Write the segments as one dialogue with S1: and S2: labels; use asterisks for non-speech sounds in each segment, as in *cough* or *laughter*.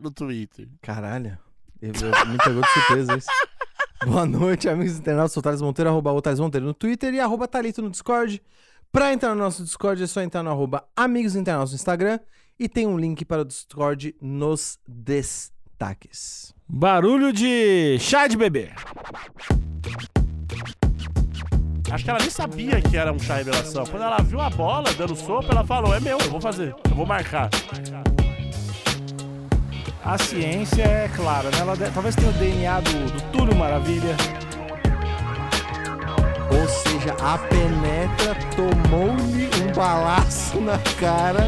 S1: No Twitter.
S2: Caralho. Eu, eu- me pegou de surpresa isso. Boa noite, amigos internautas. Sou o Thales Monteiro, arroba o Thales Monteiro no Twitter e arroba Thalito no Discord. Pra entrar no nosso Discord é só entrar no arroba amigos internautas no Instagram e tem um link para o Discord nos destaques.
S3: Barulho de chá de bebê.
S1: Acho que ela nem sabia que era um chá revelação. Quando ela viu a bola dando sopa, ela falou: É meu, eu vou fazer, eu vou marcar.
S3: A ciência é clara, né? Ela de- talvez tenha o DNA do, do Túlio Maravilha.
S2: Ou seja, a penetra tomou-lhe um balaço na cara.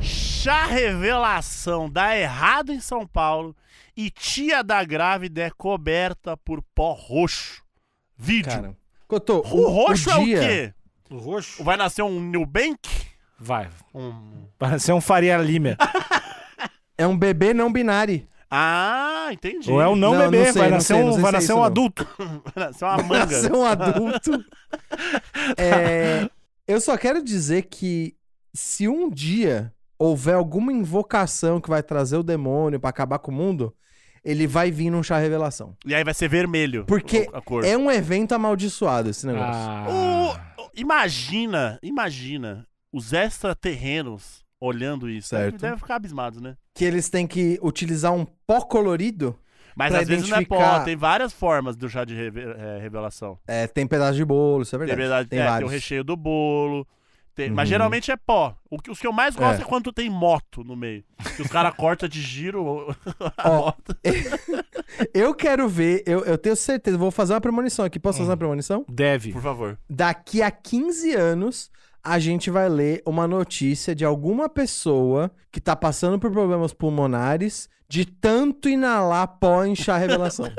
S1: Chá revelação dá errado em São Paulo e tia da grávida é coberta por pó roxo. Vídeo.
S2: Cara, Cotô,
S1: o, roxo
S2: o dia,
S1: é o quê?
S3: O roxo?
S1: Vai nascer um Nubank?
S3: Vai,
S1: Um...
S3: parece um Faria
S2: *laughs*
S3: Lima.
S2: É um bebê não binário.
S1: Ah, entendi.
S3: Ou é um não,
S2: Não,
S3: bebê,
S2: não sei,
S3: vai
S2: não
S3: nascer
S2: sei,
S3: um,
S2: não sei
S3: vai
S2: se é
S3: nascer
S2: isso
S3: um
S2: não.
S3: adulto.
S1: Nasceu uma manga.
S2: Nasceu um adulto. É, eu só quero dizer que se um dia houver alguma invocação que vai trazer o demônio pra acabar com o mundo, ele vai vir num chá revelação.
S1: E aí vai ser vermelho.
S2: Porque
S1: o- a cor.
S2: É um evento amaldiçoado esse negócio.
S3: Ah,
S1: O- o- imagina, imagina os extraterrenos olhando isso.
S2: Certo.
S1: Devem ficar abismados, né?
S2: Que eles têm que utilizar um pó colorido.
S1: Mas
S2: Pra
S1: às vezes não é pó,
S2: identificar-
S1: tem várias formas do chá de reve- é, revelação.
S2: É, tem pedaço de bolo, isso é
S1: Tem,
S2: verdade.
S1: verdade,
S2: tem
S1: é, tem o
S2: vários.
S1: recheio do bolo. tem- Mas
S2: Uhum.
S1: geralmente é pó. O que, os que eu mais gosto é,
S2: É.
S1: quando tem moto no meio. Que os *laughs* caras cortam de giro a
S2: Ó,
S1: moto.
S2: *laughs* Eu quero ver, eu, eu tenho certeza, vou fazer uma premonição aqui. Posso fazer uma premonição?
S3: deve.
S1: Por favor.
S2: daqui a 15 anos a gente vai ler uma notícia de alguma pessoa que tá passando por problemas pulmonares de tanto inalar pó em chá revelação.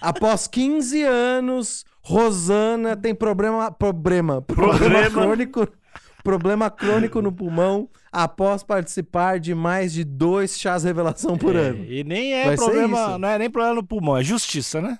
S2: Após 15 anos, Rosana tem problema problema *laughs* problema,
S1: Problema.
S2: crônico problema crônico no pulmão após participar de mais de dois chás revelação por
S3: É,
S2: ano.
S3: E nem é
S2: Vai ser
S3: problema,
S2: isso.
S3: não é nem problema no pulmão, é justiça, né?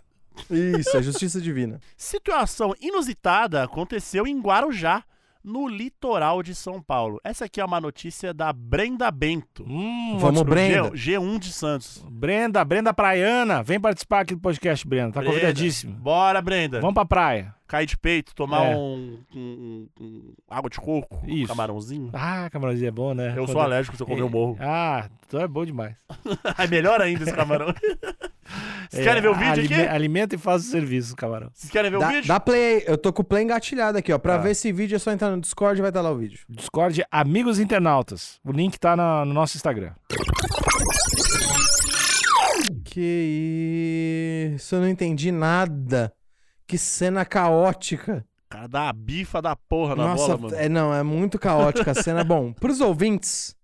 S2: Isso, é justiça divina.
S1: Situação inusitada aconteceu em Guarujá, no litoral de São Paulo. Essa aqui é uma notícia da Brenda Bento.
S3: Hum,
S2: Vamos,
S3: outro-
S2: Brenda.
S1: G, 1 de Santos.
S3: Brenda, Brenda Praiana, vem participar aqui do podcast, Brenda. Tá
S1: Brenda.
S3: convidadíssima.
S1: Bora, Brenda.
S3: Vamos pra praia.
S1: Cair de peito, tomar
S3: É.
S1: um, um- um- um água de coco, um
S3: Isso.
S1: camarãozinho.
S3: Ah, camarãozinho é bom, né?
S1: Eu sou
S3: Quando-
S1: alérgico se eu comer eu morro. *laughs*
S3: Ah, então é bom demais.
S1: É melhor ainda esse camarão. Vocês
S3: É,
S1: querem ver o vídeo
S3: alime-
S1: aqui?
S3: Alimenta e faz o serviço, camarão.
S1: Vocês querem ver o
S2: Dá,
S1: vídeo?
S2: dá play aí. Eu tô com o play engatilhado aqui, ó. Pra
S3: Tá.
S2: ver esse vídeo é só entrar no Discord e vai estar lá o vídeo.
S3: Discord, amigos internautas. O link tá na- no nosso Instagram.
S2: Que isso, eu não entendi nada. Que cena caótica.
S1: Cara, dá uma bifa da porra Tá na
S2: Nossa,
S1: bola, mano.
S2: é, não, é muito caótica
S1: *laughs*
S2: a cena. Bom, pros ouvintes,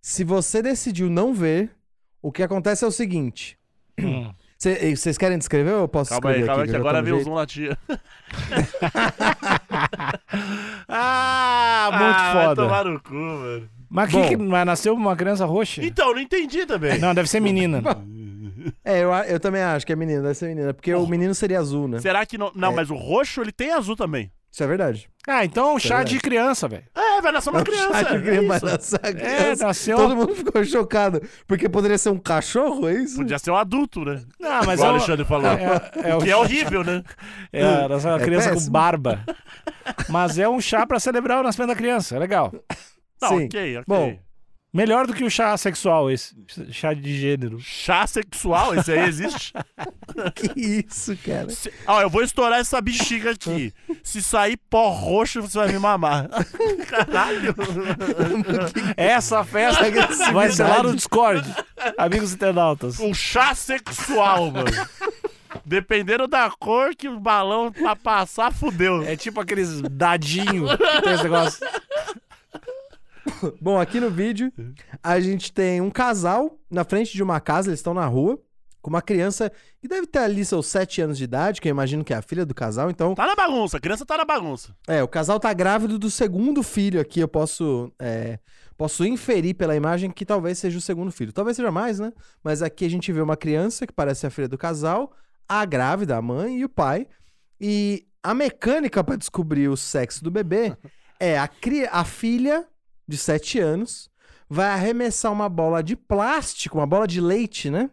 S2: se você decidiu não ver, o que acontece é o seguinte.
S3: Hum.
S2: *clears throat* Cê- Vocês querem descrever ou eu posso
S1: Calma aí,
S2: escrever
S1: calma aí,
S2: aqui?
S1: que
S2: eu já tô
S1: agora
S2: no
S1: veio o
S2: jeito?
S1: zoom na tia. ah,
S3: muito foda.
S1: Vai tomar no cu, mano.
S3: Mas
S2: Bom.
S3: que, que mas nasceu uma criança roxa?
S1: Então, não entendi também.
S3: Não, deve ser menina. né?
S1: *laughs*
S2: É, eu, a- eu também acho que é menino, deve ser menina. Porque o menino seria azul, né?
S1: Será que não. Não, mas o roxo ele tem azul também.
S2: Isso é verdade.
S3: Ah, então chá
S2: verdade.
S3: de criança, velho.
S1: É, vai nascer uma criança.
S2: *laughs* Acho que
S1: é
S2: vai
S1: isso.
S2: lançar a
S3: É,
S2: criança.
S3: nasceu.
S2: Todo mundo ficou chocado. Porque poderia ser um cachorro, é isso?
S1: Podia ser um adulto, né?
S3: Não, mas
S1: Igual
S3: é
S1: o
S3: um-
S1: Alexandre falou.
S3: É, é, o
S1: Que é horrível, né?
S3: É, a nossa
S2: É
S3: criança com
S2: péssimo. *laughs*
S3: barba. Mas é um chá pra celebrar o nascimento da criança, é legal.
S1: Não,
S2: Sim.
S1: ok, ok.
S2: Bom.
S3: Melhor do que o chá sexual esse, chá de gênero.
S1: Chá sexual, esse aí existe?
S2: *laughs* Que isso, cara?
S1: Se- Ó, eu vou estourar essa bexiga aqui. Se sair pó roxo, você vai me mamar. Caralho.
S3: Essa festa *laughs* vai ser lá no Discord, amigos internautas.
S1: Um chá sexual, mano. Dependendo da cor que o balão pra passar, fudeu.
S3: É tipo aqueles dadinho que tem esse negócio.
S2: Bom, aqui no vídeo a gente tem um casal na frente de uma casa, eles estão na rua, com uma criança que deve ter ali seus 7 anos de idade, que eu imagino que é a filha do casal, então
S1: Tá na bagunça, a criança tá na bagunça.
S2: é, o casal tá grávido do segundo filho aqui. Eu posso, é, posso inferir pela imagem que talvez seja o segundo filho. Talvez seja mais, né? Mas aqui a gente vê uma criança que parece a filha do casal, a grávida, a mãe e o pai. E a mecânica pra descobrir o sexo do bebê é a, cri- a filha de 7 anos vai arremessar uma bola de plástico, uma bola de leite, né?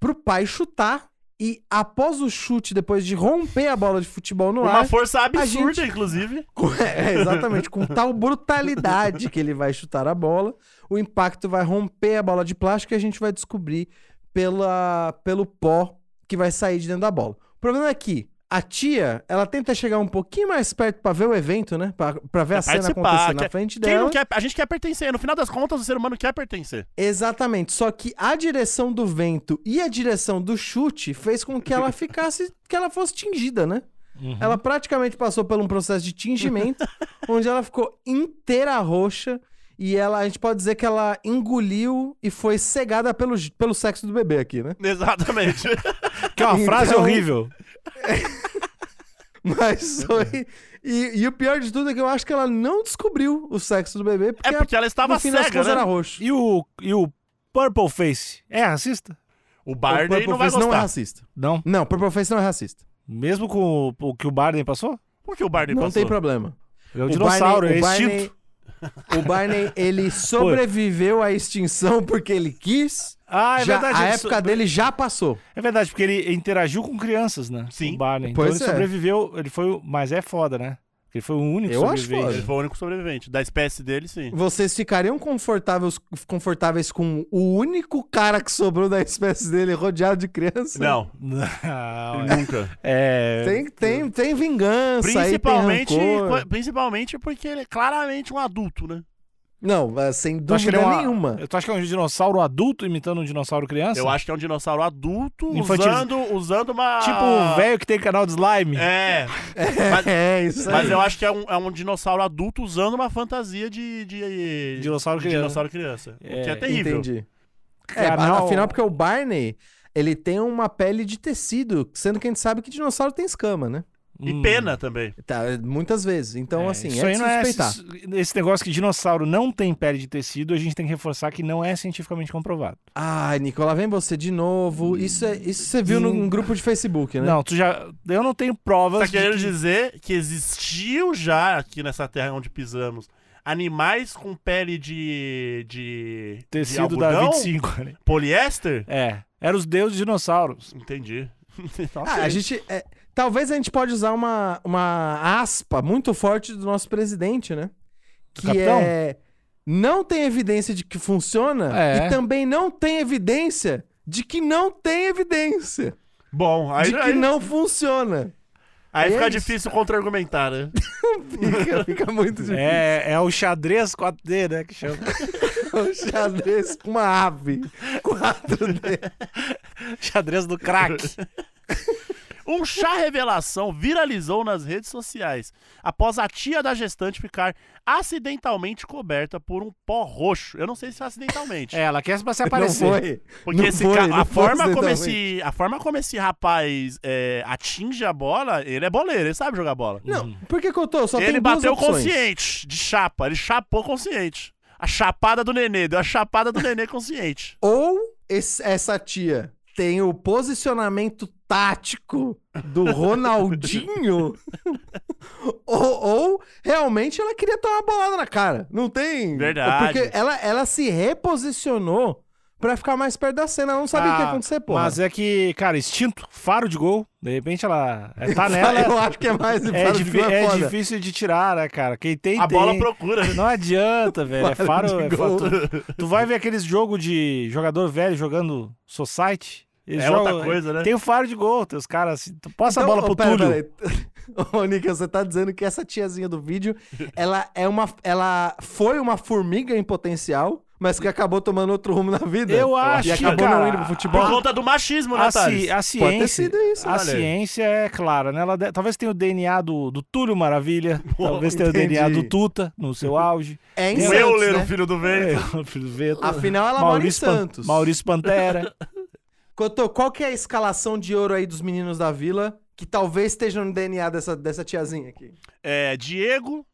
S2: Pro pai chutar. E após o chute, depois de romper a bola de futebol no ar.
S1: Uma força absurda,
S2: é? gente-
S1: inclusive.
S2: Com- *laughs* é, exatamente, com tal brutalidade que ele vai chutar a bola, o impacto vai romper a bola de plástico e a gente vai descobrir pela, pelo pó que vai sair de dentro da bola. O problema é que a tia, ela tenta chegar um pouquinho mais perto pra ver o evento, né? Pra, pra ver a cena
S1: participar,
S2: acontecer
S1: quer-
S2: na frente
S1: Quem
S2: dela.
S1: não quer, a gente quer pertencer. No final das contas, o ser humano quer
S2: *laughs*
S1: pertencer.
S2: Exatamente, só que a direção do vento e a direção do chute fez com
S1: *laughs*
S2: que ela ficasse, que ela fosse tingida, né?
S1: Uhum.
S2: Ela praticamente passou por um processo
S1: *laughs*
S2: de tingimento, onde ela ficou inteira roxa e ela, a gente pode dizer que ela engoliu e foi cegada pelo, j- pelo sexo do bebê aqui, né? *laughs*
S1: Exatamente.
S3: Que é uma frase
S2: Então-
S3: horrível.
S2: Mas foi. E, e o pior de tudo é que eu acho que ela não descobriu o sexo do bebê, porque,
S1: é porque ela
S2: no
S1: estava
S2: fim das
S1: cega,
S2: contas era
S1: né?
S2: roxo.
S3: E o, e o Purple Face é racista?
S1: O
S2: o
S1: Barney
S2: Purple
S1: não vai
S2: Face não é
S1: gostar.
S2: racista.
S3: Não.
S2: Não, Purple Face não é racista.
S3: Mesmo com o, o que o Barney passou?
S1: Por que o Barney
S2: não
S1: passou?
S2: tem problema.
S3: Ele é um dinossauro, é
S2: Barney- o
S3: extinto.
S2: Barney- *laughs* o Barney, ele sobreviveu à extinção porque ele quis.
S3: Ah, é
S2: Já-
S3: verdade.
S2: a
S3: ele so-
S2: época dele já passou.
S3: É verdade, porque ele interagiu com crianças, né?
S1: Sim.
S3: O Barney.
S2: Pois
S3: então ele
S2: é.
S3: sobreviveu, ele foi, o- mas é foda, né? Ele foi o único
S2: Eu acho
S3: sobrevivente.
S1: Ele foi o único sobrevivente. Da espécie dele, sim.
S2: Vocês ficariam confortáveis, confortáveis com o único cara que sobrou da espécie dele rodeado de criança?
S1: Não,
S2: *laughs*
S3: Não, é-
S1: nunca.
S3: é,
S2: Tem, tem, tem vingança,
S1: Principalmente,
S2: Aí tem rancor.
S1: co- principalmente porque ele é claramente um adulto, né?
S2: Não, é, sem
S3: Tu acha que
S2: dúvida
S3: ele é uma- *laughs*
S2: nenhuma.
S3: Tu acha que é um dinossauro adulto imitando um dinossauro criança?
S1: Eu acho que é um dinossauro adulto
S3: Infantiz-
S1: usando, usando uma.
S3: Tipo o velho que tem canal de slime.
S1: É,
S2: é isso aí.
S1: mas eu acho que é um, é um dinossauro adulto usando uma fantasia de. de,
S3: Dinossauro
S1: de
S3: criança.
S1: dinossauro criança.
S3: É,
S1: o que é terrível.
S2: Entendi. É,
S3: Canal-
S2: afinal, porque o Barney, ele tem uma pele de tecido, sendo que a gente sabe que dinossauro tem escama, né?
S1: E
S3: Hum.
S1: pena também.
S2: Tá, muitas vezes. Então,
S3: É,
S2: assim,
S3: isso
S2: é
S3: aí
S2: de
S3: não é
S2: suspeitar.
S3: esses- esse negócio que dinossauro não tem pele de tecido, a gente tem que reforçar que não é cientificamente comprovado.
S2: Ai, Nicola, vem você de novo. Isso, é, isso você viu num grupo de Facebook, né?
S3: Hum. Não, tu já. Eu não tenho provas.
S1: Tá
S3: de
S1: querendo
S3: que-
S1: dizer que existiu já aqui nessa terra onde pisamos animais com pele de. de. de
S3: tecido da
S1: algodão?
S3: 25. né?
S1: Poliéster?
S3: É. Eram os deuses dinossauros.
S1: Entendi.
S2: Ah, a gente. é, talvez a gente pode usar uma, uma aspa muito forte do nosso presidente, né? Que
S3: capitão?
S2: é. Não tem evidência de que funciona
S3: É.
S2: e também não tem evidência de que não tem evidência
S1: Bom, aí, é.
S2: de que
S1: aí-
S2: não funciona. *laughs*
S1: aí
S2: aí é
S1: fica
S2: isso.
S1: difícil contra-argumentar, né?
S2: Fica, fica muito difícil.
S3: É, é o xadrez 4D, né? Que
S2: *laughs*
S3: chama.
S2: Um xadrez com *laughs* uma ave.
S3: *laughs*
S2: 4D.
S3: xadrez do crack.
S2: *laughs*
S1: Um chá revelação viralizou nas redes sociais após a tia da gestante ficar acidentalmente coberta por um pó roxo. Eu não sei se acidentalmente.
S3: É, ela quer pra se
S2: Não
S3: aparecer.
S2: foi.
S1: Porque
S2: não
S1: esse
S2: foi,
S1: ca-
S2: não
S1: a,
S2: foi
S1: forma como
S2: acidentalmente.
S1: esse, a forma como esse rapaz é, atinge a bola, ele é boleiro, ele sabe jogar bola.
S2: Não, por que que eu tô? Só
S1: ele
S2: tem duas
S1: bateu
S2: opções.
S1: consciente de chapa, ele chapou consciente. A chapada do nenê, deu a chapada do nenê consciente.
S2: Ou esse- essa tia tem o posicionamento tático
S1: *laughs*
S2: do Ronaldinho, ou, ou realmente ela queria tomar uma bolada na cara. Não tem. É
S1: Verdade.
S2: Porque ela, ela se reposicionou pra ficar mais perto da cena. Ela não sabia o que ia
S3: Ah,
S2: acontecer, pô.
S3: Mas é que, cara, instinto, faro de gol. De repente ela é,
S2: *laughs*
S3: tá nela.
S2: Ela, eu acho que é mais
S3: é,
S2: fora de
S3: difi-
S2: gol,
S3: é
S2: foda.
S3: difícil de tirar, né, cara? Quem tem,
S1: A
S3: tem.
S1: bola procura. né?
S3: Não adianta, velho. É
S2: Faro
S3: faro.
S2: de
S3: é
S2: gol.
S3: faro- tu, tu vai ver aqueles jogos de jogador velho jogando society. Eles
S1: É outra coisa, né?
S3: Tem o faro de gol, tem os caras. Assim, tu passa
S2: Então,
S3: a bola pro
S2: pera,
S3: Túlio.
S2: pera aí. *laughs* Ô, Nick, você tá dizendo que essa tiazinha
S3: *laughs*
S2: do vídeo, ela é uma. Ela foi uma formiga em potencial, mas que acabou tomando outro rumo na vida.
S3: Eu
S2: E
S3: acho,
S2: acabou
S3: cara,
S2: não indo pro
S1: Por
S2: futebol. Ah,
S1: conta do machismo, né,
S3: A, ci-
S1: Thales?
S3: a
S2: Pode ter
S3: ciência.
S2: sido isso,
S3: A
S2: né?
S3: ciência é clara, né? Ela de- talvez tenha o DNA do, do Túlio
S2: *laughs*
S3: Maravilha, talvez tenha
S2: entendi.
S3: o DNA do Tuta no
S2: *laughs*
S3: seu auge.
S2: É em
S3: O
S2: Santos,
S1: Eu ler o
S2: né?
S1: filho do
S3: É,
S1: vento.
S3: o *laughs* filho do Veto.
S2: Afinal, ela
S3: Maurício
S2: mora
S3: Pan-
S2: em Santos.
S3: Maurício
S2: *laughs*
S3: Pantera.
S2: Cotô, qual que é a escalação de ouro aí dos meninos da vila que talvez esteja no DNA dessa, dessa tiazinha aqui?
S1: É, Diego,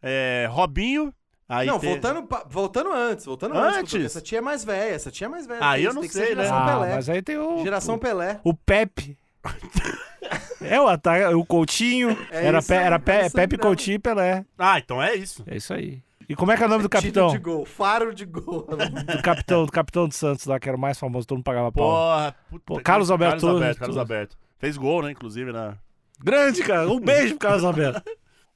S1: é, Robinho. Aí
S2: não,
S1: te-
S2: voltando, pa- voltando antes, voltando antes.
S1: Antes?
S2: Cotô, essa tia é mais velha, essa tia é mais velha.
S1: Aí eu
S2: Isso
S1: não
S2: tem que
S1: sei,
S2: ser
S1: né?
S2: geração
S3: ah,
S2: um Pelé.
S3: mas aí tem o.
S2: Geração Pelé.
S3: O Pepe. É o ataque, o Coutinho.
S2: É
S3: era
S2: isso
S3: Pe-
S2: aí,
S3: era Pe-
S2: é isso aí
S3: Pepe,
S2: mesmo.
S3: Coutinho e Pelé.
S1: Ah, então é isso.
S3: É isso aí. E como é que é o nome do
S2: Tiro
S3: capitão?
S2: de gol, faro de gol.
S3: *laughs* Do capitão, do capitão do Santos lá, que era o mais famoso, todo mundo pagava pau.
S1: Porra, puta
S3: Pô,
S1: que-
S3: Carlos Alberto,
S1: Carlos
S3: tudo,
S1: Alberto, Carlos
S3: tudo.
S1: Alberto. Fez gol, né, inclusive, na...
S3: Grande, cara. Um beijo pro Carlos Alberto.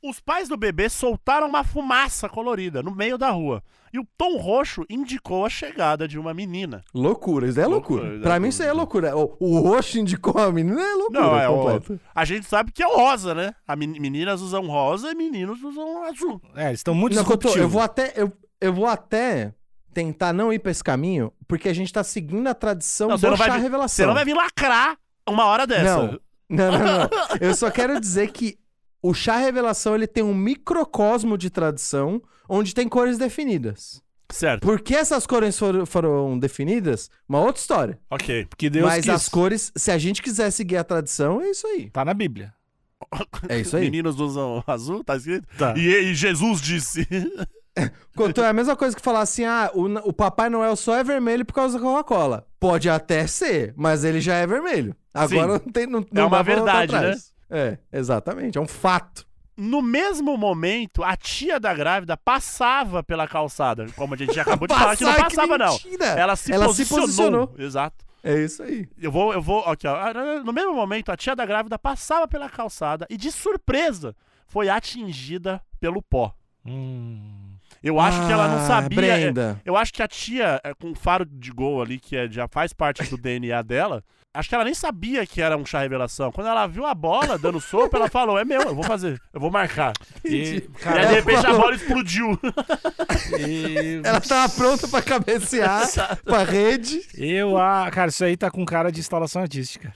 S1: Os pais do bebê soltaram uma fumaça colorida no meio da rua. E o tom roxo indicou a chegada de uma menina.
S2: Loucura, isso é loucura.
S1: Loucura,
S2: pra
S1: né?
S2: mim isso aí é loucura. O, o roxo indicou a menina, é loucura
S1: Não, é
S2: completa.
S1: o... A gente sabe que é o rosa, né? A men- meninas usam rosa e meninos usam azul.
S3: É, eles estão muito
S2: Não, Cotô,
S3: disruptivos.
S2: eu vou até... Eu, eu vou até... Tentar não ir pra esse caminho, porque a gente tá seguindo a tradição
S1: Não,
S2: do
S1: você não vai
S2: chá
S1: vi-
S2: revelação.
S1: Você não vai vir lacrar uma hora dessa.
S2: Não, não, não,
S1: *laughs*
S2: não. Eu só quero dizer que o chá revelação ele tem um microcosmo de tradição onde tem cores definidas.
S1: Certo,
S2: Por que essas cores foram, foram definidas? Uma outra história.
S1: ok.
S3: Que Deus
S2: Mas
S3: quis.
S2: as cores, se a gente quiser seguir a tradição, é isso aí.
S3: Tá na Bíblia.
S2: É isso aí.
S1: Meninos usam azul, tá escrito?
S3: Tá.
S1: E, e Jesus disse. *laughs*
S2: Cotô, é a mesma coisa que falar assim: ah, o, na- o Papai Noel só é vermelho por causa da Coca-Cola. Pode até ser, mas ele já é vermelho. Agora não tem. Não, não
S1: É uma
S2: dá pra voltar
S1: verdade, né?
S2: atrás. É, exatamente. É um fato.
S1: No mesmo momento, a tia da grávida passava pela calçada. Como a gente já acabou de falar, que não
S2: Passar, que
S1: passava, não.
S2: mentira!
S1: Ela se
S2: Ela se
S1: posicionou.
S2: posicionou.
S1: Exato.
S2: É isso aí.
S1: Eu vou, eu vou. Aqui, ó. Ah, No mesmo momento, a tia da grávida passava pela calçada e, de surpresa, foi atingida pelo pó.
S3: Hum.
S1: Eu acho que ela não
S2: Ah,
S1: sabia. é,
S2: Brenda.
S1: Eu acho que a tia, é, com o faro de gol ali, que é- já faz parte do DNA dela, acho que ela nem sabia que era um chá revelação. Quando ela viu a bola dando sopa, ela falou: é meu, eu vou fazer, eu vou marcar.
S2: *laughs*
S3: E,
S1: é, E
S3: cara,
S1: aí, de
S2: Ela
S1: repente, a
S2: falou-
S1: bola explodiu.
S3: e-
S2: Ela tava pronta
S1: *laughs*
S2: pra cabecear pra rede.
S3: *laughs* Eu, ah, cara, isso aí tá com cara de instalação artística.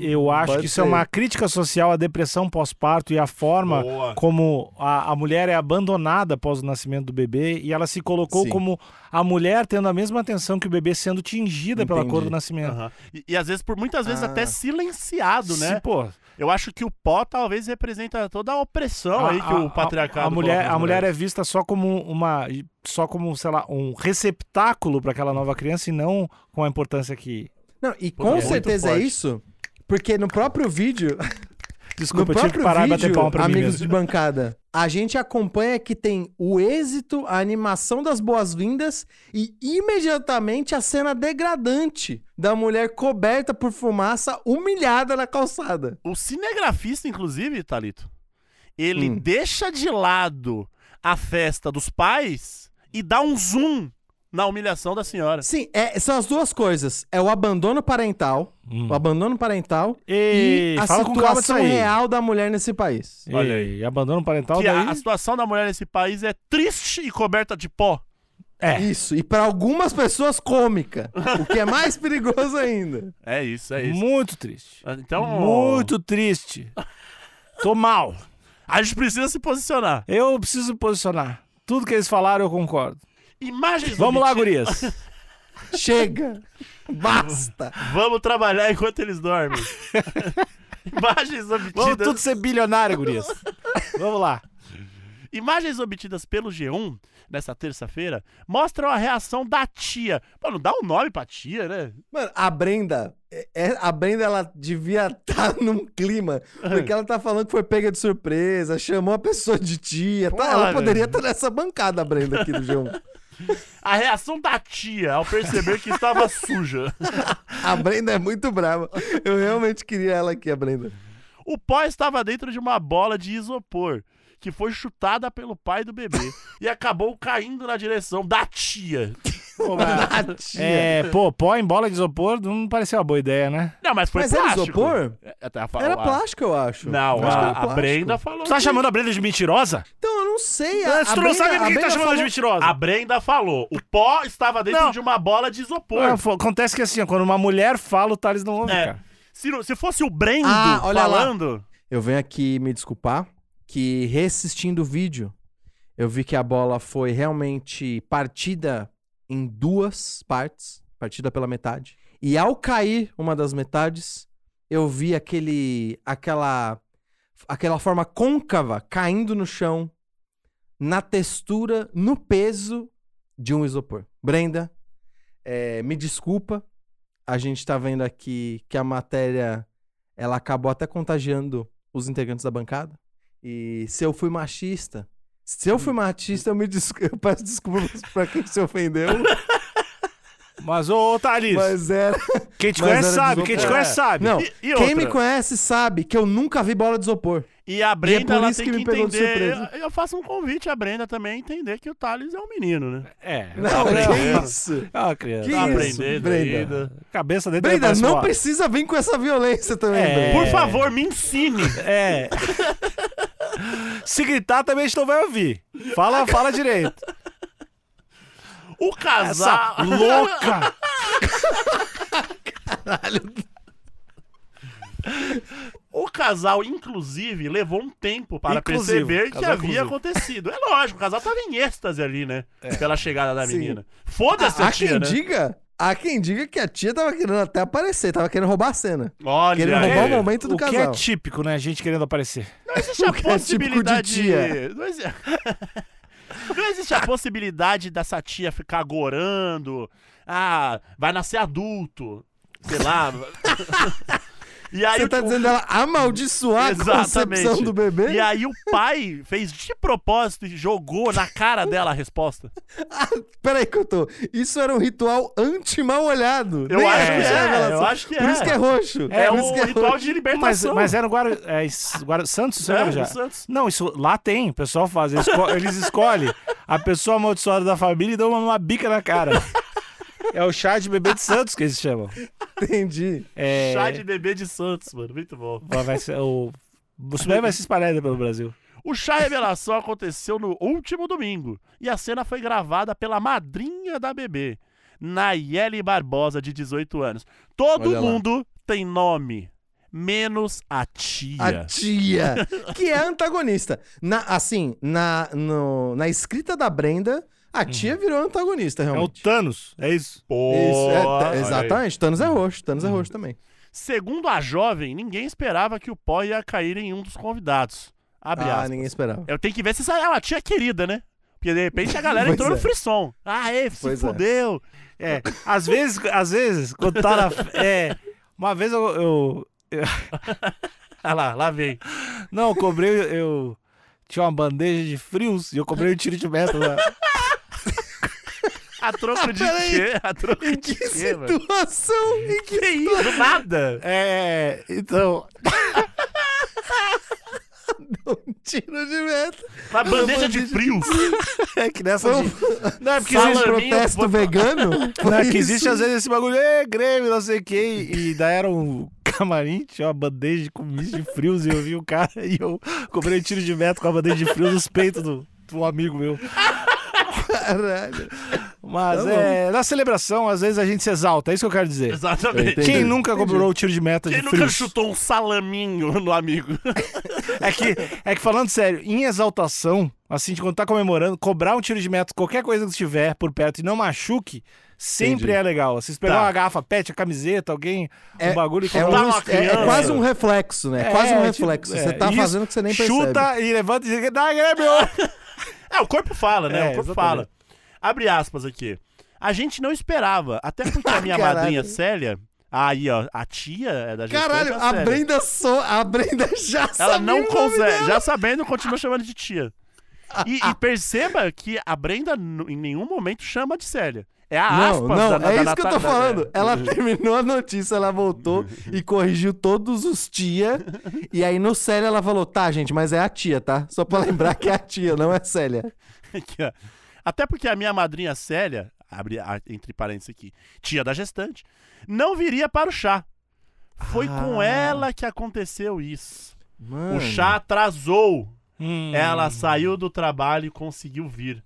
S3: Eu acho
S2: Hum, pode
S3: que isso é
S2: ser.
S3: uma crítica social à depressão pós-parto e à forma
S1: Boa.
S3: como a, a mulher é abandonada após o nascimento do bebê e ela se colocou
S2: Sim.
S3: como a mulher tendo a mesma atenção que o bebê sendo tingida pela
S2: Entendi.
S3: cor do nascimento.
S1: Aham. E, e às vezes, por muitas vezes,
S2: Ah.
S1: até silenciado, né?
S3: Se, pô,
S1: Eu acho que o pó talvez representa toda a opressão
S3: a-
S1: aí que
S3: a-
S1: o patriarcado.
S3: a, a mulher
S1: coloca nas
S3: a mulher
S1: mulheres.
S3: é vista só como uma só como sei lá um receptáculo para aquela nova criança e não com a importância que
S2: Não, e
S1: é
S2: com
S1: muito
S2: certeza é
S1: forte.
S2: isso. Porque no próprio vídeo,
S3: desculpa
S2: no
S3: eu tive que
S2: próprio
S3: parar e bater
S2: vídeo,
S3: palma pra mim
S2: amigos
S3: mesmo.
S2: de bancada, a gente acompanha que tem o êxito, a animação das boas-vindas e imediatamente a cena degradante da mulher coberta por fumaça, humilhada na calçada.
S1: O cinegrafista, inclusive, Thalito, ele
S2: Hum.
S1: deixa de lado a festa dos pais e dá um zoom na humilhação da senhora.
S2: Sim, é- são as duas coisas. É o abandono parental,
S3: Hum.
S2: o abandono parental
S3: Ei,
S2: e a
S3: fala com calma disso
S2: situação
S3: aí.
S2: real da mulher nesse país.
S3: Olha
S1: Olha
S3: aí, abandono parental
S1: Que
S3: daí.
S1: a, a situação da mulher nesse país é triste e coberta de pó.
S3: É,
S2: Isso, e pra algumas pessoas cômica, o que é mais *laughs* perigoso ainda.
S1: É isso, é isso.
S3: muito triste.
S1: Então,
S3: Muito triste. Tô mal.
S1: a gente precisa se posicionar.
S3: Eu preciso me posicionar. Tudo que eles falaram eu concordo.
S1: Imagens.
S3: Vamos lá,
S1: obtidas-
S3: gurias.
S2: Chega, basta.
S1: Vamos trabalhar enquanto eles
S3: *laughs*
S1: dormem. Imagens
S3: *laughs* Vamos
S1: obtidas.
S3: tudo ser bilionário, gurias. Vamos lá.
S1: Imagens obtidas pelo G1 nessa terça-feira mostram a reação da tia. Pô, não dá um nome pra tia, né?
S2: Mano, a Brenda, é- é- a Brenda ela devia *laughs* estar num clima, porque ela tá falando que foi pega de surpresa, chamou a pessoa de tia, tá?
S1: Porra,
S2: Ela poderia estar nessa bancada, a Brenda, aqui do G1.
S1: A reação da tia ao perceber que
S3: *laughs*
S1: estava suja.
S2: A Brenda é muito brava. Eu realmente queria ela aqui, a Brenda.
S1: O pó estava dentro de uma bola de isopor que foi chutada pelo pai do bebê e acabou caindo na direção da tia.
S3: Pô, mas-
S2: Da tia.
S3: é, pô, pó em bola de isopor não pareceu uma boa ideia, né?
S1: Não, mas foi
S2: Mas era
S1: plástico.
S2: isopor?
S1: Até a fa-
S2: Era
S1: a-
S2: plástico, eu acho.
S1: Não,
S2: Eu
S1: a,
S2: acho que era
S1: a
S2: plástico.
S1: Brenda falou.
S3: Tu tá
S1: que-
S3: chamando a Brenda de mentirosa?
S2: Então, eu não sei.
S3: Ah,
S2: A,
S3: tu
S2: a
S3: não
S2: Brenda-
S3: sabe por que que
S2: a
S3: tá
S2: Brenda
S3: chamando
S2: falou-
S3: de mentirosa?
S1: A Brenda falou. O pó estava dentro
S3: Não.
S1: de uma bola de
S3: Ah,
S1: isopor.
S3: fo- acontece que assim, ó, quando uma mulher fala, o Thales não ouve,
S1: É.
S3: cara.
S1: Se, não- se fosse o Brendo
S2: Ah, olha lá.
S1: falando.
S2: Eu venho aqui me desculpar que, reassistindo o vídeo, eu vi que a bola foi realmente partida em duas partes partida pela metade. E ao cair uma das metades, eu vi aquele. aquela. aquela forma côncava caindo no chão, na textura, no peso de um isopor. Brenda, eh, me desculpa. A gente tá vendo aqui que a matéria ela acabou até contagiando os integrantes da bancada. E se eu fui machista, se eu fui
S1: Hum.
S2: machista, eu me des- *laughs* eu peço desculpas pra quem
S1: *laughs*
S2: se ofendeu,
S3: Mas, ô, ô Thales,
S2: mas
S1: *laughs*
S2: era.
S3: quem te
S2: mas
S3: conhece
S2: era de
S3: sabe, quem te
S2: isopor.
S3: conhece sabe.
S2: Não,
S1: E, e
S2: quem me
S1: outra?
S2: conhece sabe que eu nunca vi bola de isopor.
S1: E a Brenda,
S2: é por
S1: ela
S2: isso
S1: tem
S2: que
S1: que,
S2: me pegou de
S1: entender.
S2: surpresa.
S1: Eu, eu faço um convite à Brenda também a entender que o Thales é um menino, né?
S3: É,
S2: Não,
S3: tá
S1: Gabriel.
S2: *laughs* que
S3: aprendendo.
S2: isso?
S3: É uma criança.
S2: Que
S3: Tá
S2: isso,
S3: aprendendo.
S2: Brenda.
S3: Cabeça dele
S2: Brenda,
S3: parece
S2: não
S3: uma-
S2: precisa vir com essa violência também,
S3: É.
S2: Brenda.
S1: Por favor, me ensine.
S3: É. *laughs* Se gritar também a gente não vai ouvir. Fala, fala direito.
S1: O
S3: Essa
S1: *laughs* casal.
S3: louca.
S1: O casal, inclusive, levou um tempo para
S3: Inclusive,
S1: perceber que
S2: é
S3: casal
S1: havia
S3: inclusive.
S1: acontecido. É lógico, o casal tava em êxtase ali, né? Pela chegada da
S2: É. Sim. Ah,
S1: menina. Foda-se a,
S2: Há
S1: tia,
S2: quem
S1: né?
S2: diga. Há quem diga que a tia tava querendo até aparecer, tava querendo roubar a cena.
S1: Olha,
S2: Querendo
S1: aí.
S2: roubar o momento do
S3: o que é
S2: casal.
S3: típico, né? A gente querendo aparecer.
S1: Não existe a
S2: *laughs* O que é típico de
S1: possibilidade.
S2: tia.
S1: Não *laughs* exi- Não existe a possibilidade dessa tia ficar gorando. Ah, vai nascer adulto. Sei
S2: *laughs*
S1: lá. e aí
S2: Você
S1: o-
S2: tá dizendo ela amaldiçoar a
S1: Exatamente.
S2: concepção do bebê?
S1: E aí o pai fez de propósito e jogou na cara dela a resposta.
S2: Ah, Peraí que eu tô. Isso era um ritual anti-mal olhado.
S1: Eu
S2: Nem
S1: acho
S2: isso
S1: que
S2: é
S1: é,
S2: revelação.
S1: eu acho que
S2: Por
S1: é.
S2: isso que é roxo.
S1: É
S2: Por
S1: um
S2: isso que
S1: ritual
S2: *laughs* roxo.
S1: de
S3: Mas,
S1: libertação.
S3: mas era o Guara, é, es- Guara- Santos, isso
S1: É,
S2: né,
S3: era
S1: o
S3: já?
S1: Santos.
S3: Não, isso lá tem, o pessoal faz. Eles, esco- eles escolhem a pessoa amaldiçoada da família e dão uma, uma bica na cara. É o chá de bebê de Santos que eles chamam.
S2: Entendi.
S3: É,
S1: Chá de bebê de Santos, mano. Muito bom.
S3: vai ser- o, o Sudeste vai se espalhar ainda pelo Brasil.
S1: O chá revelação aconteceu no último domingo. E a cena foi gravada pela madrinha da bebê, Nayeli Barbosa, de 18 anos. Todo
S2: Olha lá.
S1: mundo tem nome, menos a tia.
S2: A é, tia, que é antagonista. Na- assim, na, no- na escrita da Brenda, a tia virou antagonista,
S3: Uhum. É o
S2: realmente.
S3: Thanos, é isso.
S1: Pô,
S2: Isso, é,
S1: olha aí.
S2: exatamente. Thanos é roxo. Thanos
S3: Uhum.
S2: é roxo também.
S1: Segundo a jovem, ninguém esperava que o pó ia cair em um dos convidados. Abre
S2: Ah,
S1: aspas.
S2: ninguém esperava.
S1: Eu tenho que ver se essa é uma tia querida, né? Porque de repente a galera
S2: *laughs* Pois
S1: entrou no
S2: é.
S1: frisson. Ah, é, se
S2: Pois é.
S1: fudeu.
S3: É, às vezes, às vezes, quando tá na. É, uma vez eu, eu-
S1: Ah lá, lá vem.
S3: Não, eu cobrei. Eu tinha uma bandeja de frios e eu cobrei um tiro de meta. lá.
S1: A
S2: *laughs*
S1: troco de
S2: Ah, Peraí.
S1: quê? A
S2: *laughs*
S1: troco
S3: É
S1: de
S2: Que
S1: quê, mano?
S2: situação! em que-
S1: Que isso? Do nada.
S3: É, então.
S2: Um tiro de meta.
S1: Uma bandeja de frios.
S3: É que nessa.
S2: Foi um-
S3: gente- Não, é porque
S1: Salame.
S3: existe,
S2: Protesto vegano?
S3: não,
S2: Foi
S3: é que existe
S2: isso?
S3: às vezes esse bagulho, é Grêmio, não sei o quê. E daí era um camarim, tinha uma bandeja de comida de frios e eu vi o cara *laughs* e eu cobrei um tiro de meta com a bandeja de frios nos peitos do, do amigo meu.
S2: Caralho.
S3: Mas
S2: Tá bom.
S3: é, na celebração, às vezes a gente se exalta, é isso que eu quero dizer.
S1: *laughs* Exatamente.
S2: Entendi.
S3: Quem nunca cobrou o tiro de meta
S1: Quem
S3: de
S1: nunca
S3: frios?
S1: chutou um salaminho no amigo?
S3: É que, é que falando sério, em exaltação, assim, de quando tá comemorando, cobrar um tiro de meta, qualquer coisa que estiver por perto e não machuque, sempre
S2: Entendi.
S3: é legal. Se você pegar
S1: Tá.
S3: uma garrafa, pet, a camiseta, alguém, um bagulho e
S2: É,
S3: cobrar
S2: um-
S1: uma
S2: é- é
S1: criança.
S2: quase um reflexo, né? É quase um
S3: É,
S2: reflexo.
S3: tipo,
S2: você
S3: é,
S2: tá
S3: isso.
S2: fazendo que você nem percebe.
S3: Chuta e levanta e diz, dá Grêmio!
S1: *laughs* É, o corpo fala, né?
S3: É,
S1: o corpo
S3: exatamente.
S1: fala. Abre aspas aqui. A gente não esperava, até porque *laughs* a minha
S2: Caralho.
S1: madrinha Célia, aí ó, a tia é da gestante,
S2: Caralho,
S1: a
S2: a
S1: Célia.
S2: Brenda só. A Brenda *laughs* já
S1: Ela
S2: sabia o
S1: não
S2: nome
S1: consegue,
S2: dela.
S1: já sabendo, continua chamando de tia. E, e perceba que a Brenda n- em nenhum momento chama de Célia. É a
S2: Não,
S1: aspas
S2: não,
S1: da, da
S2: é isso
S1: da-
S2: que eu
S1: da-
S2: tô
S1: da-
S2: falando.
S1: *laughs*
S2: Ela terminou a notícia, ela voltou e corrigiu todos os tia. E aí no Célia ela falou: tá, gente, mas é a tia, tá? Só pra lembrar que é a tia, não é Célia.
S1: *laughs* Aqui, ó. Até porque a minha madrinha Célia, abre a- entre parênteses aqui, tia da gestante, não viria para o chá. Foi com
S2: Ah. Hum.
S1: ela que aconteceu isso.
S2: Mano.
S1: O chá atrasou.
S3: Hum.
S1: Ela saiu do trabalho e conseguiu vir.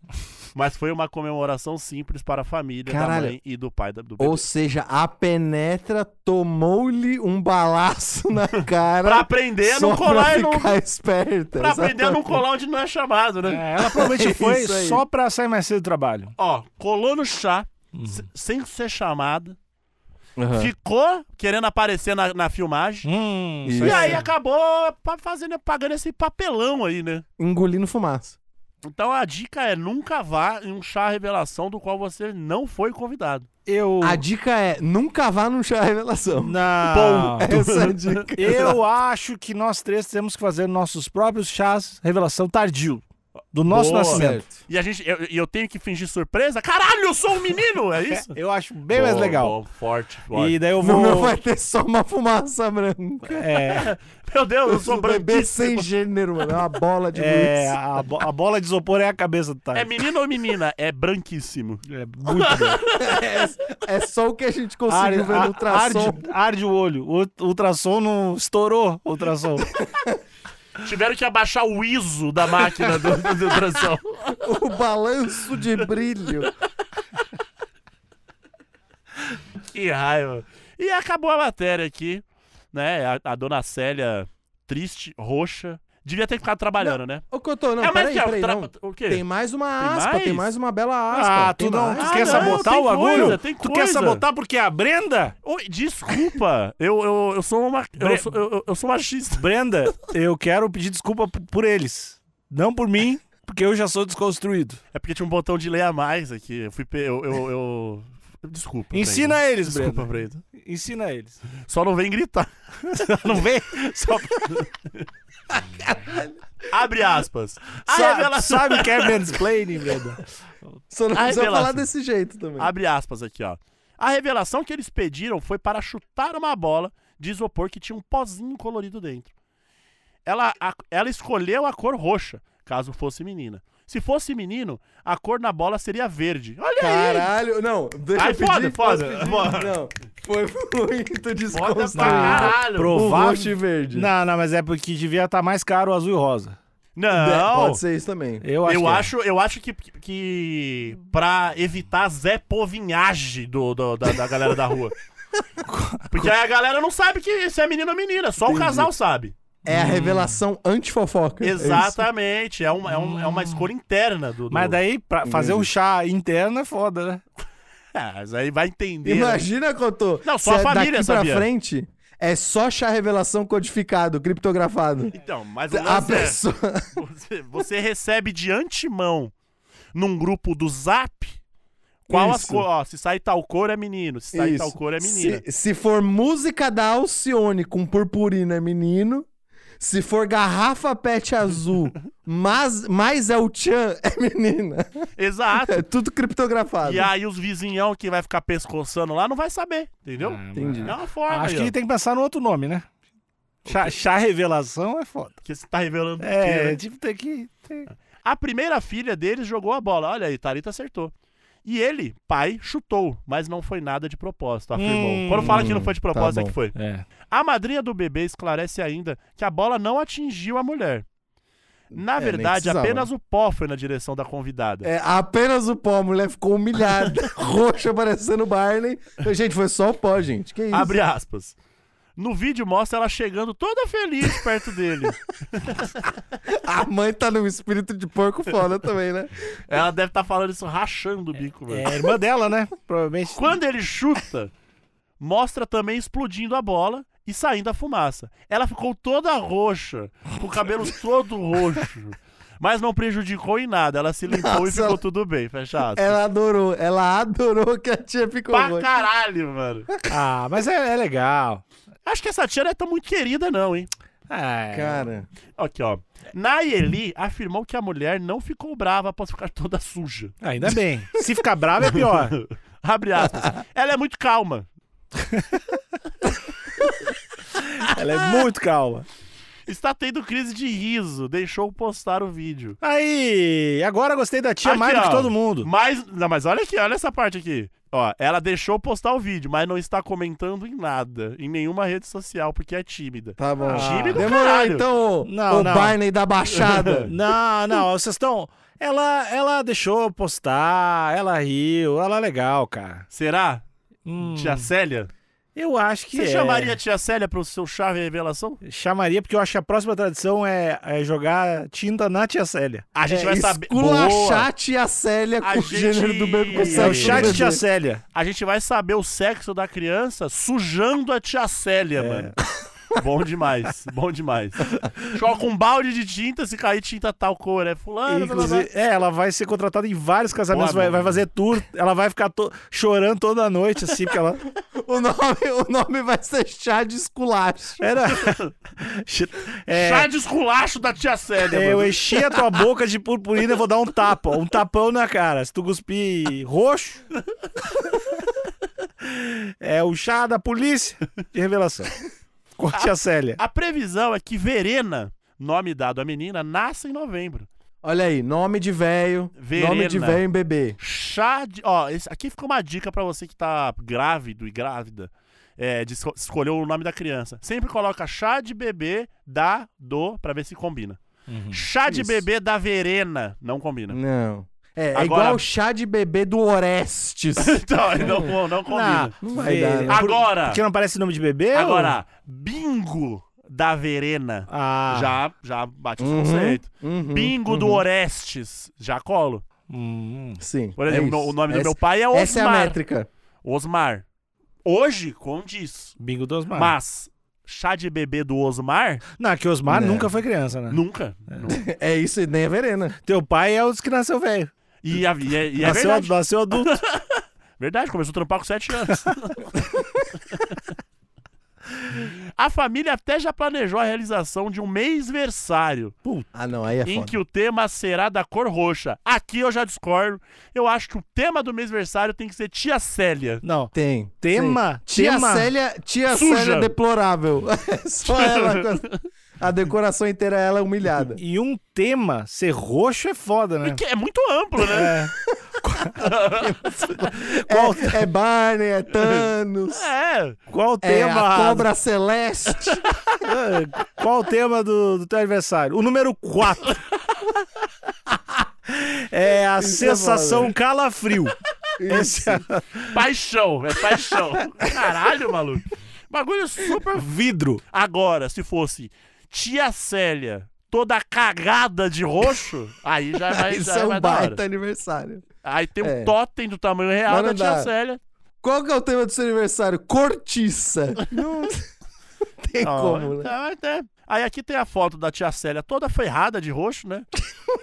S1: Mas foi uma comemoração simples para a família
S2: Caralho.
S1: da mãe e do pai da- do bebê.
S2: Ou seja, a penetra tomou-lhe um balaço
S1: *laughs*
S2: na cara.
S1: Pra aprender a
S2: só
S1: não colar
S2: pra
S1: e não.
S2: ficar esperta.
S1: Pra aprender a não
S2: exatamente.
S1: colar onde não é chamado, né?
S3: É, ela provavelmente
S2: É
S3: foi
S2: isso aí.
S3: só pra sair mais cedo do trabalho.
S1: Ó, colou no chá,
S3: Uhum.
S1: se- sem ser chamada,
S2: Aham.
S1: ficou querendo aparecer na, na filmagem.
S3: Hum,
S2: Isso.
S3: isso
S1: E aí
S3: é-
S1: acabou pa- fazendo, pagando esse papelão aí, né?
S2: Engolindo fumaça.
S1: Então a dica é nunca vá em um chá revelação do qual você não foi convidado.
S3: eu.
S2: A dica é: nunca vá num chá
S1: *laughs*
S3: *laughs*
S2: revelação.
S3: Não.
S2: Essa é a dica.
S3: Eu acho que nós três temos que fazer nossos próprios chás revelação tardio. Do nosso
S1: Boa.
S3: nascimento.
S1: E a gente, eu, e eu tenho que fingir surpresa? Caralho, eu sou um menino, é isso?
S3: Eu acho *laughs* bem mais
S1: Bom,
S3: legal.
S1: bom, forte, forte.
S3: E daí eu
S2: Não,
S3: vou.
S2: não vai ter só uma fumaça branca.
S3: É,
S1: Meu Deus, eu
S2: Um
S1: sou
S2: bebê
S1: branquíssimo.
S2: sem gênero, mano. É uma bola de
S3: é,
S2: luz.
S3: a, bo- a bola de isopor é a cabeça do
S1: É
S3: Tardio.
S1: menino ou menina? É branquíssimo.
S3: É, muito bem.
S2: É, só o que a gente conseguiu
S3: Ar-
S2: ver
S3: a-
S2: no ultrassom.
S3: Arde, arde o olho. O ultrassom não estourou. o Ultrassom.
S1: Tiveram que abaixar o ISO da máquina do, do, do ultrassom.
S2: O balanço de brilho.
S1: Que raiva. E acabou a matéria aqui, né? A, a dona Célia, triste, roxa. Devia ter ficado trabalhando, né?
S2: Ô, Cotô, não,
S1: é,
S2: peraí,
S1: que é,
S2: peraí,
S1: tra-
S2: não.
S1: o quê?
S2: Tem mais uma aspa,
S1: mais?
S2: tem mais uma bela aspa.
S3: Ah,
S2: tem
S3: tu não.
S2: mais.
S3: Tu quer
S1: Ah, não,
S3: sabotar
S1: tem
S3: o agulho?
S1: coisa, tem
S3: tu quer
S1: coisa.
S3: sabotar porque é a Brenda?
S1: Oi, desculpa, eu, eu, eu sou uma. Eu sou, eu, eu sou machista.
S3: Brenda, eu quero pedir desculpa p- por eles. Não por mim, porque eu já sou desconstruído.
S1: *laughs* É porque tinha um botão de ler a mais aqui. Eu fui. pe- Eu, eu, eu- Desculpa.
S3: Ensina
S1: Brenda.
S3: eles,
S1: Desculpa, Brenda.
S3: Ensina eles.
S1: Só não vem gritar. *laughs*
S3: Não vem?
S2: *laughs*
S3: Só,
S1: Abre aspas. A
S3: sa-
S1: revelação.
S3: Sabe o que é mansplaining, Brenda?
S1: *laughs*
S2: Só não
S1: Ah,
S2: precisa
S1: revelação.
S2: falar desse jeito também.
S1: Abre aspas aqui, ó. A revelação que eles pediram foi para chutar uma bola de isopor que tinha um pozinho colorido dentro. Ela, a- ela escolheu a cor roxa, caso fosse menina. Se fosse menino, a cor na bola seria verde. Olha aí!
S2: Caralho, não, deixa
S1: Ai,
S2: eu pedir.
S1: foda,
S2: posso
S1: foda,
S2: pedir?
S1: foda.
S2: Não, foi muito desconstruído.
S1: caralho.
S2: O roxo
S3: Provável.
S2: e verde.
S3: Não, não, mas é porque devia estar mais caro o azul e rosa.
S2: É,
S1: Não!
S2: Pode ser isso também.
S3: Eu acho.
S1: Eu
S3: que é.
S1: acho, eu acho que, que pra evitar Zé Povinhage do, do- da, da galera
S3: *laughs*
S1: da rua. Porque aí a galera não sabe que se é menino ou menina, só o
S2: Entendi.
S1: casal sabe.
S2: É a revelação antifofoca. é isso.
S1: Hum. Exatamente. É, uma, é, um- é uma escolha interna do. do-
S3: Mas daí, pra fazer um chá interno é foda, né?
S1: Ah, mas aí vai entender. né?
S2: É Imagina, Cotô.
S1: Não, só
S2: se
S1: a
S2: é
S1: família
S2: daqui
S1: sabia.
S2: pra frente, é só chá revelação codificado, criptografado.
S1: Então, mas o
S2: A
S1: lance é,
S2: pessoa...
S1: você, você recebe de antemão num grupo do zap. Qual as
S2: Isso.
S1: cores? Ó, se sai tal cor é menino, se sai tal
S2: Isso.
S1: cor é
S2: Se-
S1: menina.
S2: Se, for música da Alcione com purpurina é menino. Se for garrafa
S1: *laughs*
S2: pet azul, mas, mas é o Tchan, é menina.
S1: Exato.
S2: *laughs* É tudo criptografado.
S1: E aí os vizinhão que vai ficar pescoçando lá não vai saber, entendeu?
S3: Ah,
S2: Entendi.
S1: É uma forma.
S3: Acho
S1: aí,
S3: que
S1: ó,
S3: tem que pensar no outro nome, né? Chá, chá revelação é foda.
S1: que você tá revelando o quê, né?
S3: É, tipo, tem que. tem-
S1: A primeira filha deles jogou a bola. Olha aí, Tarita acertou. E ele, pai, chutou, mas não foi nada de propósito, afirmou.
S3: Hum,
S1: Quando fala que não foi de propósito, é
S2: Tá bom.
S1: que foi.
S3: É.
S1: A madrinha do bebê esclarece ainda que a bola não atingiu a mulher. Na
S2: É, nem
S1: verdade,
S2: precisava. né?
S1: apenas o pó foi na direção da convidada.
S2: É, apenas o pó, a mulher ficou
S1: *laughs*
S2: humilhada, roxa parecendo Barney. Mas, Gente, foi só o pó, gente. Que isso?
S1: Abre aspas. No vídeo mostra ela chegando toda feliz perto dele.
S2: A mãe tá num espírito de porco foda também, né?
S1: ela deve estar falando isso rachando o bico, velho.
S3: é a irmã dela, né? Provavelmente.
S1: Quando ele chuta, mostra também explodindo a bola e saindo a fumaça. Ela ficou toda roxa, com o cabelo todo roxo. Mas não prejudicou em nada. Ela se limpou e
S2: Nossa,
S1: ficou
S2: ela-
S1: tudo bem, fecha aspas.
S2: Ela adorou, ela adorou que a tia ficou
S1: Pra
S2: roxa.
S1: caralho, mano.
S3: Ah, mas é, é legal.
S1: Acho que essa tia não é tão muito querida, não, hein?
S3: É.
S2: Cara,
S1: Aqui, ó. Nayeli afirmou que a mulher não ficou brava após ficar toda suja.
S3: Ainda bem. Se ficar bravo é pior.
S1: *laughs* Abre aspas. Ela é muito calma.
S3: Ela é muito calma.
S1: Está tendo crise de riso. Deixou postar o vídeo.
S3: Aí, agora gostei da tia
S1: Aqui,
S3: mais do que
S1: ó.
S3: todo mundo.
S1: Mas, não, mas olha aqui, olha essa parte aqui. Ó, ela deixou postar o vídeo, mas não está comentando em nada, em nenhuma rede social, porque é tímida.
S2: Tá bom.
S3: Ah, time do
S2: Demorou,
S1: caralho.
S2: então, o-
S3: Não,
S2: o
S3: não.
S2: Barney da
S1: *laughs*
S2: Baixada.
S3: Não, não, vocês estão. Ela, ela deixou postar, ela riu, ela é legal, cara.
S1: Será?
S3: Hum,
S1: Tia Célia?
S3: eu acho que
S1: Você
S3: é.
S1: chamaria a tia Célia pro seu chave revelação?
S3: Chamaria, porque eu acho que a próxima tradição é, é jogar tinta na tia Célia. É,
S1: A gente vai saber. Boa.
S2: Esculachar tia Célia com
S1: A
S2: o
S1: gente-
S2: gênero do bebê com
S1: É o
S2: o
S3: É
S2: sexo
S3: o
S2: do
S3: chat
S2: bebê.
S3: tia Célia.
S1: A gente vai saber o sexo da criança sujando a tia Célia,
S3: É.
S1: mano. Bom demais, bom demais. Joga um balde de tinta, se cair tinta tal cor, é fulano. blá, blá, blá.
S3: Inclusive, é, ela vai ser contratada em vários casamentos,
S1: Boa,
S3: vai, vai
S1: mano.
S3: fazer tour, ela vai ficar to- chorando toda noite, assim, porque ela.
S2: O nome, o nome vai ser chá de esculacho.
S1: *laughs*
S3: Era. *laughs* É,
S1: Chá de esculacho da tia Célia,
S3: É, eu
S1: mano.
S3: enchi a tua boca de purpurina, eu vou dar um tapa, um tapão na cara. Se tu cuspir roxo. É o chá da polícia de revelação. Com a tia Célia.
S1: A previsão é que Verena, nome dado à menina, nasce em novembro.
S2: Olha aí, nome de velho, nome de
S1: Verena.
S2: velho em bebê.
S1: Chá de. Ó, esse- aqui fica uma dica pra você que tá grávido e grávida. É, de esco- escolher o nome da criança. Sempre coloca chá de bebê da do pra ver se combina.
S2: Uhum.
S1: chá de
S2: isso.
S1: bebê da Verena não combina.
S2: Não. É, é
S1: Agora-
S2: igual chá de bebê do
S1: *laughs*
S2: Orestes.
S1: *laughs* então, não, não combina.
S2: Não vai dar, né?
S1: Agora.
S3: Porque não parece nome de bebê? ou-
S1: Agora, bingo da Verena.
S3: Ah.
S1: Já, já bate o
S2: Uhum,
S1: conceito.
S2: uhum,
S1: bingo do Orestes. Já colo.
S3: Hum.
S2: Sim.
S1: Por exemplo,
S2: é isso.
S1: o nome do
S2: Essa-
S1: meu pai é Osmar.
S2: Essa é a métrica.
S1: Osmar. Hoje condiz.
S3: Bingo do Osmar.
S1: Mas chá de bebê do Osmar?
S3: Não, é que Osmar
S2: Né.
S3: nunca foi criança, né?
S1: Nunca. Nunca.
S2: É isso, e nem a Verena.
S3: Teu pai é os que nasceu velho.
S1: E, a- e é, e é
S3: nasceu,
S1: verdade.
S3: nasceu adulto.
S1: Verdade, começou a trampar com 7 anos. *laughs* a família até já planejou a realização de um mêsversário
S2: Ah, não, aí é
S1: em
S2: foda.
S1: que o tema será da cor roxa. Aqui eu já discordo. Eu acho que o tema do mêsversário tem que ser tia Célia.
S3: Não.
S2: Tem.
S3: Tema.
S2: Sim. Tia
S3: tema.
S2: Célia, tia
S1: Suja.
S2: Célia deplorável. *laughs* Só ela. com a- A decoração inteira ela
S1: *laughs*
S2: é humilhada.
S3: E um tema ser roxo é foda, né?
S1: Que é muito amplo,
S2: *laughs*
S1: né? *laughs*
S3: É. Qual,
S2: É, é Barney, é Thanos.
S1: *laughs* É.
S3: qual
S2: É
S3: tema?
S2: a cobra
S1: *laughs*
S2: celeste.
S3: É, *laughs* Qual o tema do, do teu aniversário? O número 4.
S2: *laughs*
S3: É a
S2: Isso é
S3: sensação
S2: foda.
S3: calafrio. Esse é
S1: Paixão, é paixão. Caralho, maluco. Bagulho super
S3: vidro.
S1: Agora, se fosse tia Célia toda cagada de roxo, aí já vai,
S2: Isso
S1: já vai
S2: é um
S1: da hora.
S2: baita aniversário.
S1: Aí tem um
S2: É.
S1: totem do tamanho real
S2: Mas
S1: da
S2: não
S1: tia
S2: dá.
S1: Célia.
S2: Qual que é o tema do seu aniversário?
S1: *laughs*
S2: Cortiça. Não tem
S1: Ó,
S2: como, né?
S1: então, até- Aí aqui tem a foto da tia Célia toda ferrada de roxo,
S2: *laughs*
S1: né?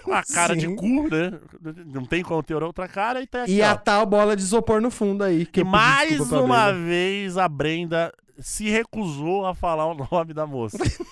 S1: Com a cara de
S2: Sim.
S1: cu, né? Não tem como ter outra cara. E tem aqui,
S2: E a
S1: ó.
S2: tal bola de isopor no fundo aí.
S1: E
S2: Que eu pedi
S1: mais
S2: desculpa pra
S1: uma
S2: Brenda.
S1: vez a Brenda se recusou a falar o nome da moça.
S3: *laughs*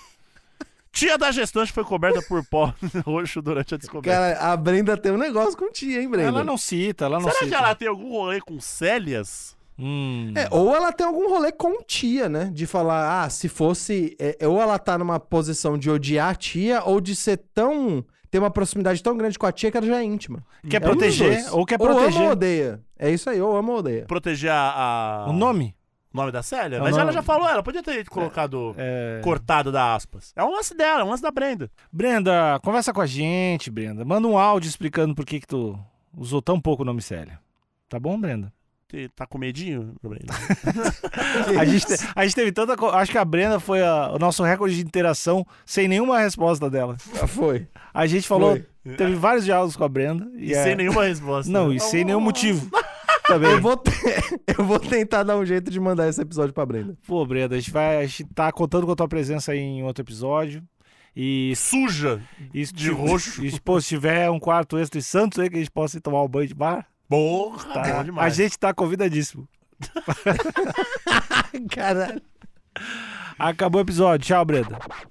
S1: tia da gestante foi coberta por pó *laughs* roxo durante a descoberta.
S2: Cara, a Brenda tem um negócio com tia, hein, Brenda?
S3: Ela não cita, ela não é.
S1: Será que
S3: cita.
S1: ela tem algum rolê com Célias?
S3: Hum.
S2: É, ou ela tem algum rolê com tia, né? De falar, ah, se fosse. é, ou ela tá numa posição de odiar a tia, ou de ser tão. ter uma proximidade tão grande com a tia que ela já é íntima.
S3: Quer
S2: É um dos
S3: proteger?
S2: dois.
S3: Ou quer
S2: Ou ama ou
S3: proteger?
S2: odeia. É isso aí, ou ama ou odeia.
S1: Proteger a, a-
S3: O nome?
S1: o nome da Célia?
S3: É o
S1: Mas
S3: nome.
S1: ela já falou, ela podia ter colocado
S3: É...
S1: cortado da aspas. É um lance dela, é um lance da Brenda.
S3: Brenda, conversa com a gente, Brenda. Manda um áudio explicando por que, que tu usou tão pouco o nome Célia. Tá bom, Brenda?
S1: Você Tá com medinho,
S3: *laughs*
S1: Brenda?
S3: *laughs* A gente, te- a gente teve tanta. co- Acho que a Brenda foi a- o nosso recorde de interação sem nenhuma resposta dela.
S2: Já foi.
S3: A gente falou,
S2: Foi.
S3: teve vários diálogos com a Brenda.
S1: E
S3: E, é-
S1: sem nenhuma resposta. É um
S3: Não, e sem nenhum motivo. Tá
S2: Eu vou, te- *laughs* eu vou tentar dar um jeito de mandar esse episódio pra Brenda.
S3: Pô, Brenda, a gente, vai, a gente tá contando com a tua presença aí em outro episódio. E,
S1: Suja.
S3: e se-
S1: De roxo.
S3: E, se, pô, se tiver um quarto extra em Santos aí que a gente possa ir tomar um banho de bar,
S1: Porra,
S3: tá?
S1: bom
S3: a
S1: demais.
S3: gente tá convidadíssimo.
S2: Caralho.
S3: Acabou o episódio. Tchau, Brenda.